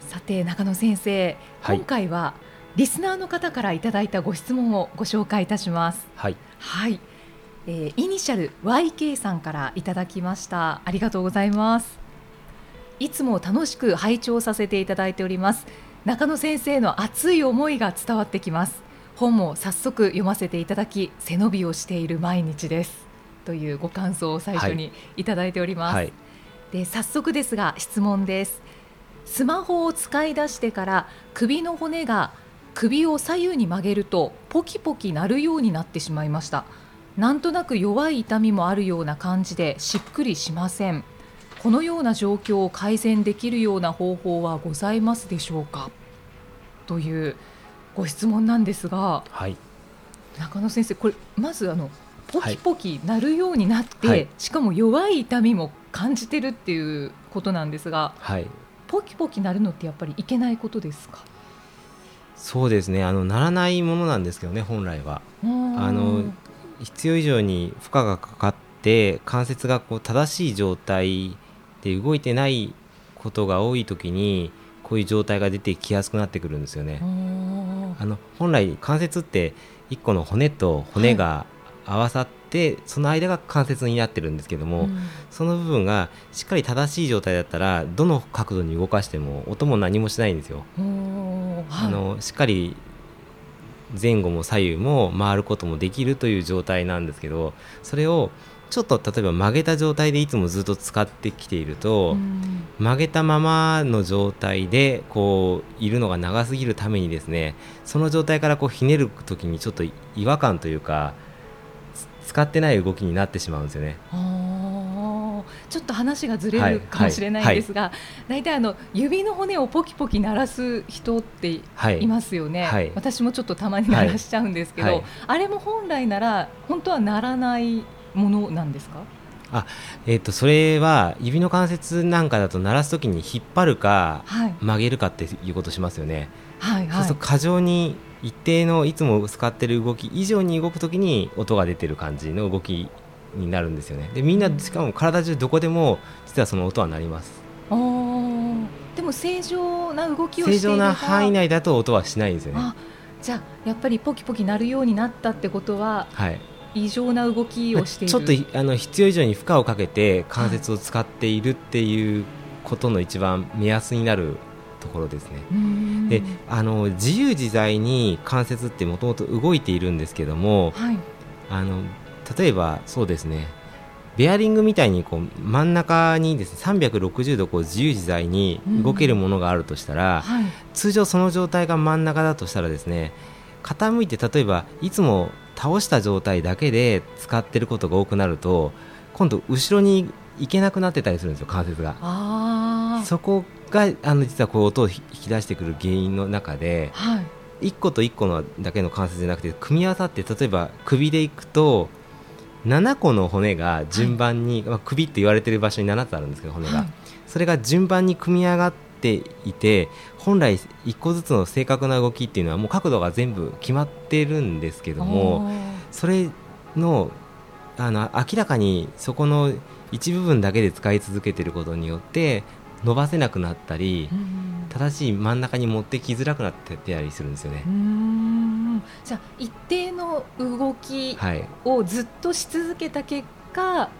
さて中野先生、はい今回はリスナーの方からいただいたご質問をご紹介いたしますはい、はい、えーイニシャル YK さんからいただきましたありがとうございますいつも楽しく拝聴させていただいております中野先生の熱い思いが伝わってきます本も早速読ませていただき背伸びをしている毎日ですというご感想を最初にいただいております、はい、で早速ですが質問ですスマホを使い出してから首の骨が首を左右に曲げるとポキポキ鳴るようになってしまいましたなんとなく弱い痛みもあるような感じでしっくりしませんこのような状況を改善できるような方法はございますでしょうかというご質問なんですがはい、中野先生これまずあのポはキいポキ鳴るようになって、はいしかも弱い痛みも感じてるっていうことなんですがはい、ポキポキ鳴るのってやっぱりいけないことですかそうですね。あのならないものなんですけどね、本来はああの必要以上に負荷がかかって関節がこう正しい状態で動いてないことが多いときにこういう状態が出てきやすくなってくるんですよね。あの本来関節って一個の骨と骨が合わさって、その間が関節になってるんですけども、その部分がしっかり正しい状態だったらどの角度に動かしても音も何もしないんですよ。あのしっかり前後も左右も回ることもできるという状態なんですけどそれをちょっと例えば曲げた状態でいつもずっと使ってきていると、曲げたままの状態でこういるのが長すぎるためにですねその状態からこうひねる時にちょっと違和感というかつ使ってない動きになってしまうんですよね。ちょっと話がずれはるいかもしれないんですが、大体あの指の骨をポキポキ鳴らす人ってはいいますよね、はい私もちょっとたまに鳴らしちゃうんですけど、はいはいあれも本来なら本当はならないものなんですかえっとそれは指の関節なんかだと鳴らす時に引っ張るかはい曲げるかっていうことしますよね、はいそうはすいると過剰に一定のいつも使ってる動き以上に動く時に音が出てる感じの動きになるんですよねでみんなしかも体中どこでも実はその音は鳴りますあーでも正常な動きをしてい正れば常な範囲内だと音はしないんですよねあじゃあやっぱりポキポキ鳴るようになったってことははい、異常な動きをしているちょっといあの必要以上に負荷をかけて関節を使っているっていうことの一番目安になるところですねうーんであの自由自在に関節ってもともと動いているんですけどもはいあの例えばそうですねベアリングみたいにこう真ん中にです、ね、360度こう自由自在に動けるものがあるとしたら、はい通常その状態が真ん中だとしたらですね傾いて例えばいつも倒した状態だけで使ってることが多くなると今度後ろに行けなくなってたりするんですよ関節が。ああそこがあの実はこう音を引き出してくる原因の中ではい1個と1個のだけの関節じゃなくて組み合わさって例えば首でいくと7個の骨が順番に、まあ、首って言われてる場所に7つあるんですけど骨が、はいそれが順番に組み上がっていて本来1個ずつの正確な動きっていうのはもう角度が全部決まってるんですけども。それのあの明らかにそこの一部分だけで使い続けていることによって伸ばせなくなったりあーうん正しい真ん中に持ってきづらくなってたりするんですよねうー。んじゃあ一定の動きはい、をずっとし続けた結果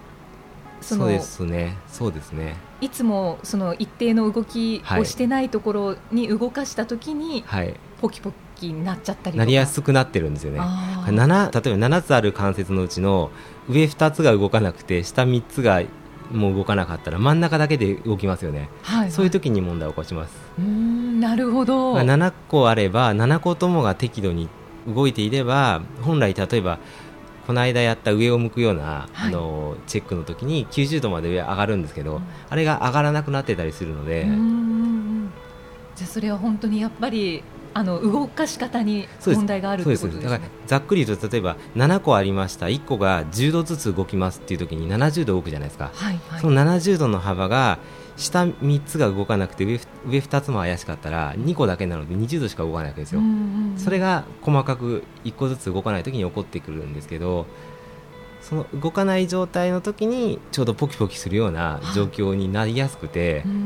そそうのですね、そうですね、いつもその一定の動きはをいしてないところに動かした時にはい、ポキポキになっちゃったりとかなりやすくなってるんですよね。あー七例えば7つある関節のうちの上2つが動かなくて下3つがもう動かなかったら真ん中だけで動きますよね、ははそういう時に問題を起こします。うーんなるほど、まあ、7個あれば7個ともが適度に動いていれば本来例えばこの間やった上を向くような、はいあのチェックの時に90度まで上上がるんですけど、うんあれが上がらなくなってたりするので、うーんじゃあそれは本当にやっぱりあの動かし方にそうです問題があるってそうこでとですすね。だからざっくり言うと例えば7個ありました1個が10度ずつ動きますっていう時に70度動くじゃないですか、はいはい。その70度の幅が下3つが動かなくて上上2つも怪しかったら2個だけなので20度しか動かないわけですよ、うんうんそれが細かく1個ずつ動かない時に起こってくるんですけどその動かない状態の時にちょうどポキポキするような状況になりやすくて、うんうん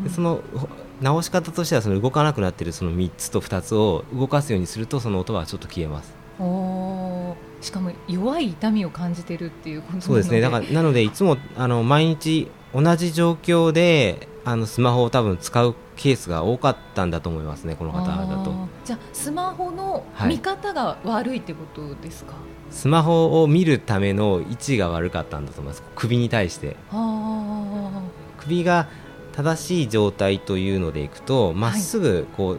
うでんそのほ直し方としてはその動かなくなってるその3つと2つを動かすようにするとその音はちょっと消えますおーしかも弱い痛みを感じてるっていうことなのでそうですねだからなのでいつもあの毎日同じ状況であのスマホを多分使うケースが多かったんだと思いますねこの方だとあーじゃあスマホのはい見方が悪いってことですか、スマホを見るための位置が悪かったんだと思います首に対してあ首が正しい状態というのでいくとまっすぐこう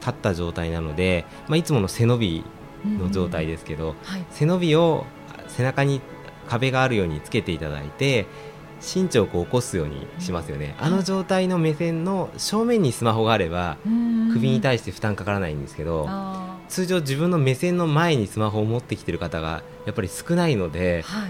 立った状態なので、まあ、いつもの背伸びあの状態ですけど、はい背伸びを背中に壁があるようにつけていただいて身長をこう起こすようにしますよね、うんあの状態の目線の正面にスマホがあれば首首にい対して負担かからないんですけど、あ通常自分の目線の前にスマホを持ってきてる方がやっぱり少ないのーでは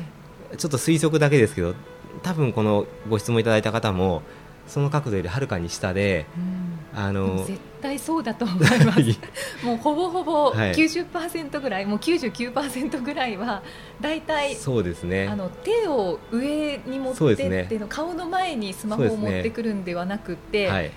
いちょっと推測だけですけど多分このご質問いただいた方もその角度よりはるかに下でうんあでもの絶対そうだと思いますもうほぼほぼはい90%ぐらい、もう99%ぐらいはだいたい そうですあねの手を上に持っそうてっですてねの、顔の前にスマホそをうで持すねってくるんではなくて、はい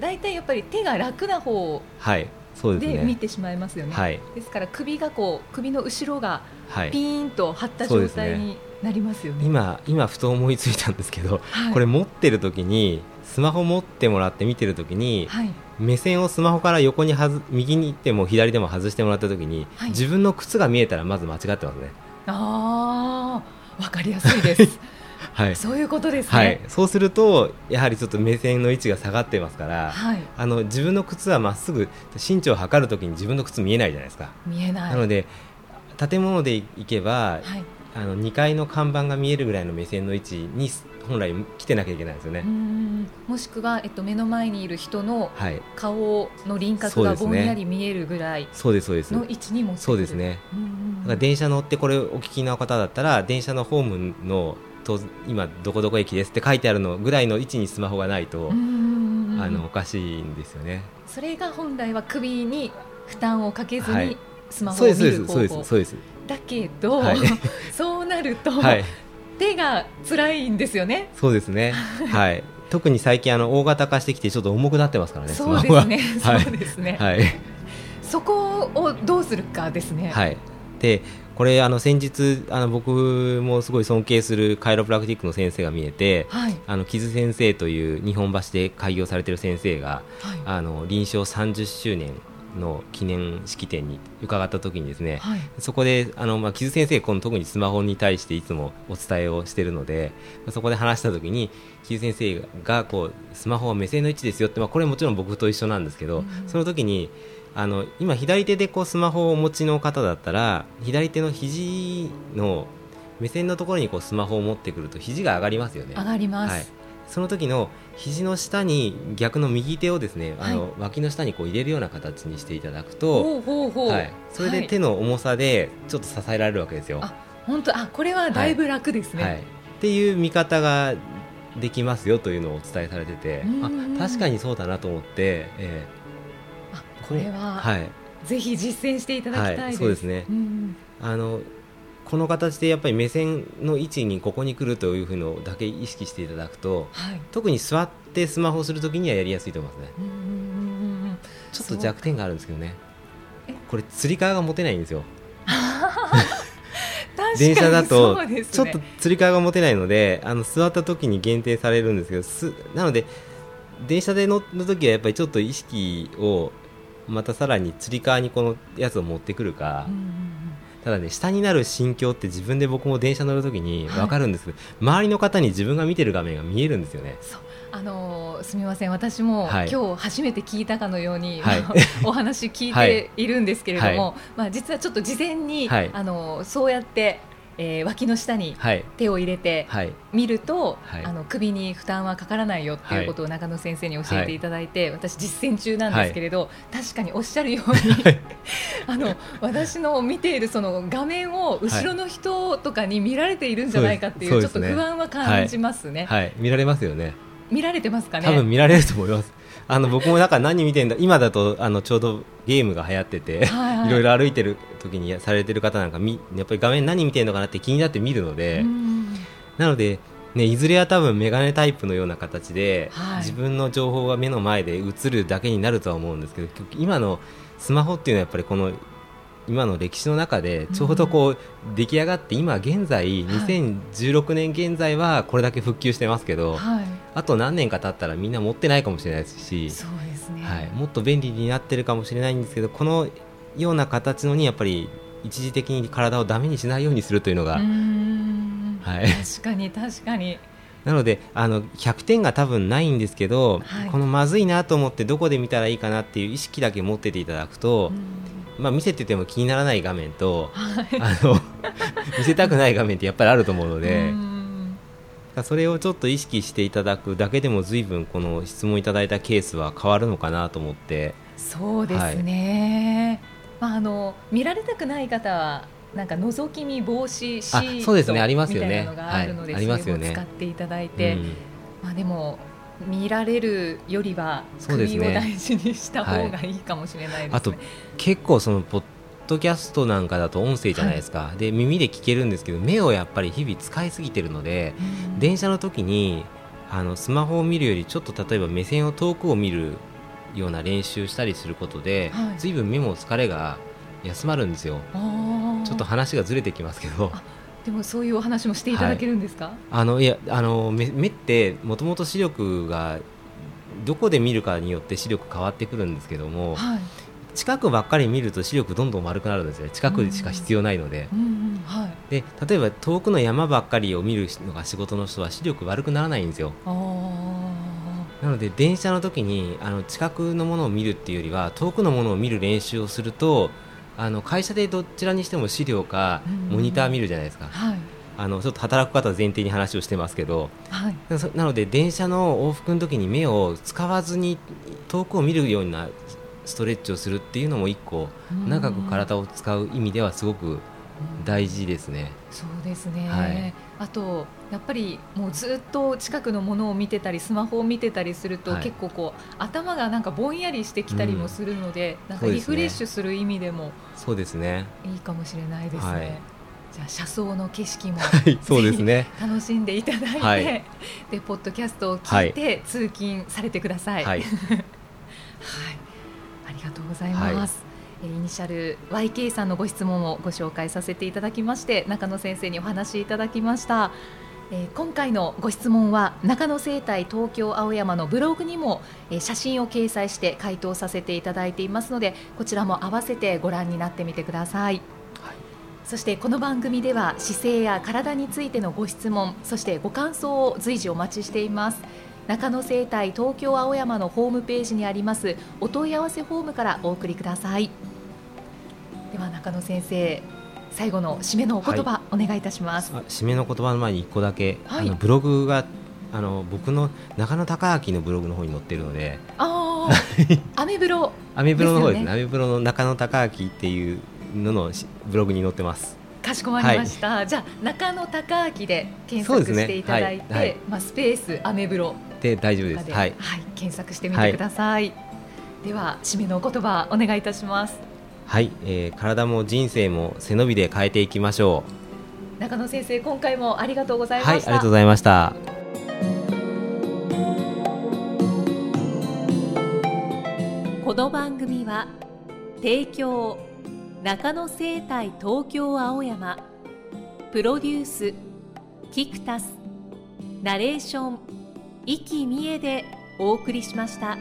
大体やっぱり手が楽な方はいそうですで見ねてしまいますよね。はいですから首がこう首の後ろがはいピーンと張ったそう状ですね態になりますよね。今今ふと思いついたんですけど、はいこれ持ってる時にスマホ持ってもらって見てる時に、はい目線をスマホから横にはず右に行っても左でも外してもらった時に、はい自分の靴が見えたらまず間違ってますねああわかりやすいです。 はい、そういうことですはいね。、そうするとやはりちょっと目線の位置が下がってますから、はい、あの自分の靴はまっすぐ身長を測る時に自分の靴見えないじゃないですか、見えない。なので建物で行けば、はい。あの2階の看板が見えるぐらいの目線の位置に本来来てなきゃいけないんですよね、うーんもしくはえっと目の前にいる人のはい顔の輪郭そうがですねぼんやり見えるぐらいそうですそうですの位置に持ってくる。そうです。ねうんうんだから電車乗ってこれお聞きの方だったら電車のホームのと今どこどこ駅ですって書いてあるのぐらいの位置にスマホがないうんうんと、うんうんあのおかしいんですよね。それが本来は首に負担をかけずはにいスマホそをう見ですそうる方ですそうです法そうです。だけど、はい そうなると、はい手が辛いんですよね。そうですね。はい。特に最近あの大型化してきてちょっと重くなってますからね。スそうマでホはすね、は いそうですね、はいそこをどうするかですね。はい。でこれあの先日あの僕もすごい尊敬するカイロプラクティックの先生が見えて。はい、あの木津先生という日本橋で開業されてる先生がはい、あの臨床30周年の記念式典に伺った時にですね、はい、そこであの、まあ、木津先生この特にスマホに対していつもお伝えをしているのでそこで話した時に木津先生がこうスマホは目線の位置ですよって、まあ、これもちろん僕と一緒なんですけど、うんその時にあの今左手でこうスマホをお持ちの方だったら左手の肘の目線のところにこうスマホを持ってくると肘が上がりますよね。上がります。はい、その時の肘の下に逆の右手をですね、あの脇の下にこう入れるような形にしていただくと、ほうほうほう、はい、それで手はいの重さでちょっと支えられるわけですよ。あ本当、あ、これはだいぶ楽ですね。はい、っていう見方ができますよというのをお伝えされててうんあ確かにそうだなと思って、えあ、えこれは、はいぜひ実践していただきたいです。はい、そうですねうんうんあのこの形でやっぱり目線の位置にここに来るというふうのだけ意識していただくとはい、特に座ってスマホをするときにはやりやすいと思いますね。うんうんうんうんうんちょっと弱点があるんですけどねえ。これつり革が持てないんですよ。確かに電車だとそうですねちょっとつり革が持てないので、あの座った時に限定されるんですけど、すなので電車で乗る時はやっぱりちょっと意識をまたさらにつり革にこのやつを持ってくるかうん、うんうんただね下になる心境って自分で僕も電車乗る時にはいわかるんですけど、周りの方に自分が見てる画面が見えるんですよね。あのーすみません、私も、はい今日初めて聞いたかのように、はい お話聞いはいているんですけれども、まあ、実はちょっと事前に、はいあのーそうやってえー脇の下にはい手を入れてはい見ると、はいあの首に負担はかからないよっていうことを中野先生に教えていただいて、私実践中なんですけれど、確かにおっしゃるように、はい あの私の見ているその画面を後ろの人とかに見られているんじゃないかっていう,、そうちでょっすとそうですね不安は感じますね、はい見られますよね見られてますかね多分見られると思います あの僕もなんか何見てんだ今だとあのちょうどゲームが流行っててはいはい いろいろ歩いてる時にされてる方なんかみやっぱり画面何見てるのかなって気になって見るので、うんなので、ね、いずれは多分メガネタイプのような形で、はい自分の情報が目の前で映るだけになるとは思うんですけど今のスマホっていうのはやっぱりこの今の歴史の中でちょうどこう出来上がって今現在2016年現在はこれだけ復旧してますけど、はいあと何年か経ったらみんな持ってないかもしれないですし、そうですね、はい、もっと便利になってるかもしれないんですけどこのような形のにやっぱり一時的に体をダメにしないようにするというのが、うんはい確かに確かになのであの100点が多分ないんですけど、はいこのまずいなと思ってどこで見たらいいかなっていう意識だけ持ってていただくと、まあ、見せてても気にならない画面とあの 見せたくない画面ってやっぱりあると思うのでう、んそれをちょっと意識していただくだけでも随分この質問いただいたケースは変わるのかなと思ってそうですね、まああの見られたくない方はなんか覗き見防止シートあそうですねありますよねみたいなのがあるので、はいありますそれよをね使っていただいて、うんまあでも見られるよりはそうです首をね大事にした方がいいかもしれないですね。あと結構そのポッドキャストなんかだと音声じゃないですか、で耳で聞けるんですけど目をやっぱり日々使いすぎてるのでうん電車の時にあのスマホを見るよりちょっと例えば目線を遠くを見るような練習したりすることで、はい随分目も疲れが休まるんですよあーちょっと話がずれてきますけどあでもそういうお話もしていただけるんですか、あのいやあの目目ってもともと視力がどこで見るかによって視力変わってくるんですけども、はい近くばっかり見ると視力どんどん丸くなるんですよ近くしか必要ないので,、うんうんはい、で例えば遠くの山ばっかりを見るのが仕事の人は視力悪くならないんですよあーなので電車の時にあの近くのものを見るっていうよりは遠くのものを見る練習をするとあの会社でどちらにしても資料かうんモニター見るじゃないですか、はいあのちょっと働く方前提に話をしてますけどはいそなので電車の往復の時に目を使わずに遠くを見るようなストレッチをするっていうのも一個うん長く体を使う意味ではすごく大事ですね。そうですね、はいあとやっぱりもうずっと近くのものを見てたりスマホを見てたりすると、はい結構こう頭がなんかぼんやりしてきたりもするので、なんかそうリですフねレッシュする意味でもそうです ね。いいかもしれないですね。はいじゃあ車窓の景色もはい、そうですね。楽しんでいただいて、はいでポッドキャストを聞いて通勤されてください。はい、はい、ありがとうございます。えーイニシャル YK さんのご質問をご紹介させていただきまして中野先生にお話しいただきました、えー今回のご質問は中野生態東京青山のブログにも、えー写真を掲載して回答させていただいていますのでこちらも合わせてご覧になってみてくださいそしてこの番組では姿勢や体についてのご質問そしてご感想を随時お待ちしています中野生態東京青山のホームページにありますお問い合わせフォームからお送りくださいでは中野先生最後の締めのお言葉、お願いいたしますあ締めの言葉の前に一個だけ、はいあのブログがあの僕の中野孝明のブログの方に載ってるので、あーアメブロアメブロの方ですですね。よねアメブロの中野孝明っていうののしブログに載ってます。かしこまりました、じゃあ中野孝明で検そう索ですねしていただいて、はいはいまあ、スペースアメブロで大丈夫で。ますで、はい。検索してみてください、では締めのお言葉お願いいたしますはい、えー体も人生も背伸びで変えていきましょ中野先生今回もありがとうござう。いはい、あまりした、がとうございました。この番組は提供中野生態東京青山プロデュースキクタスナレーション生きみえでお送りしました。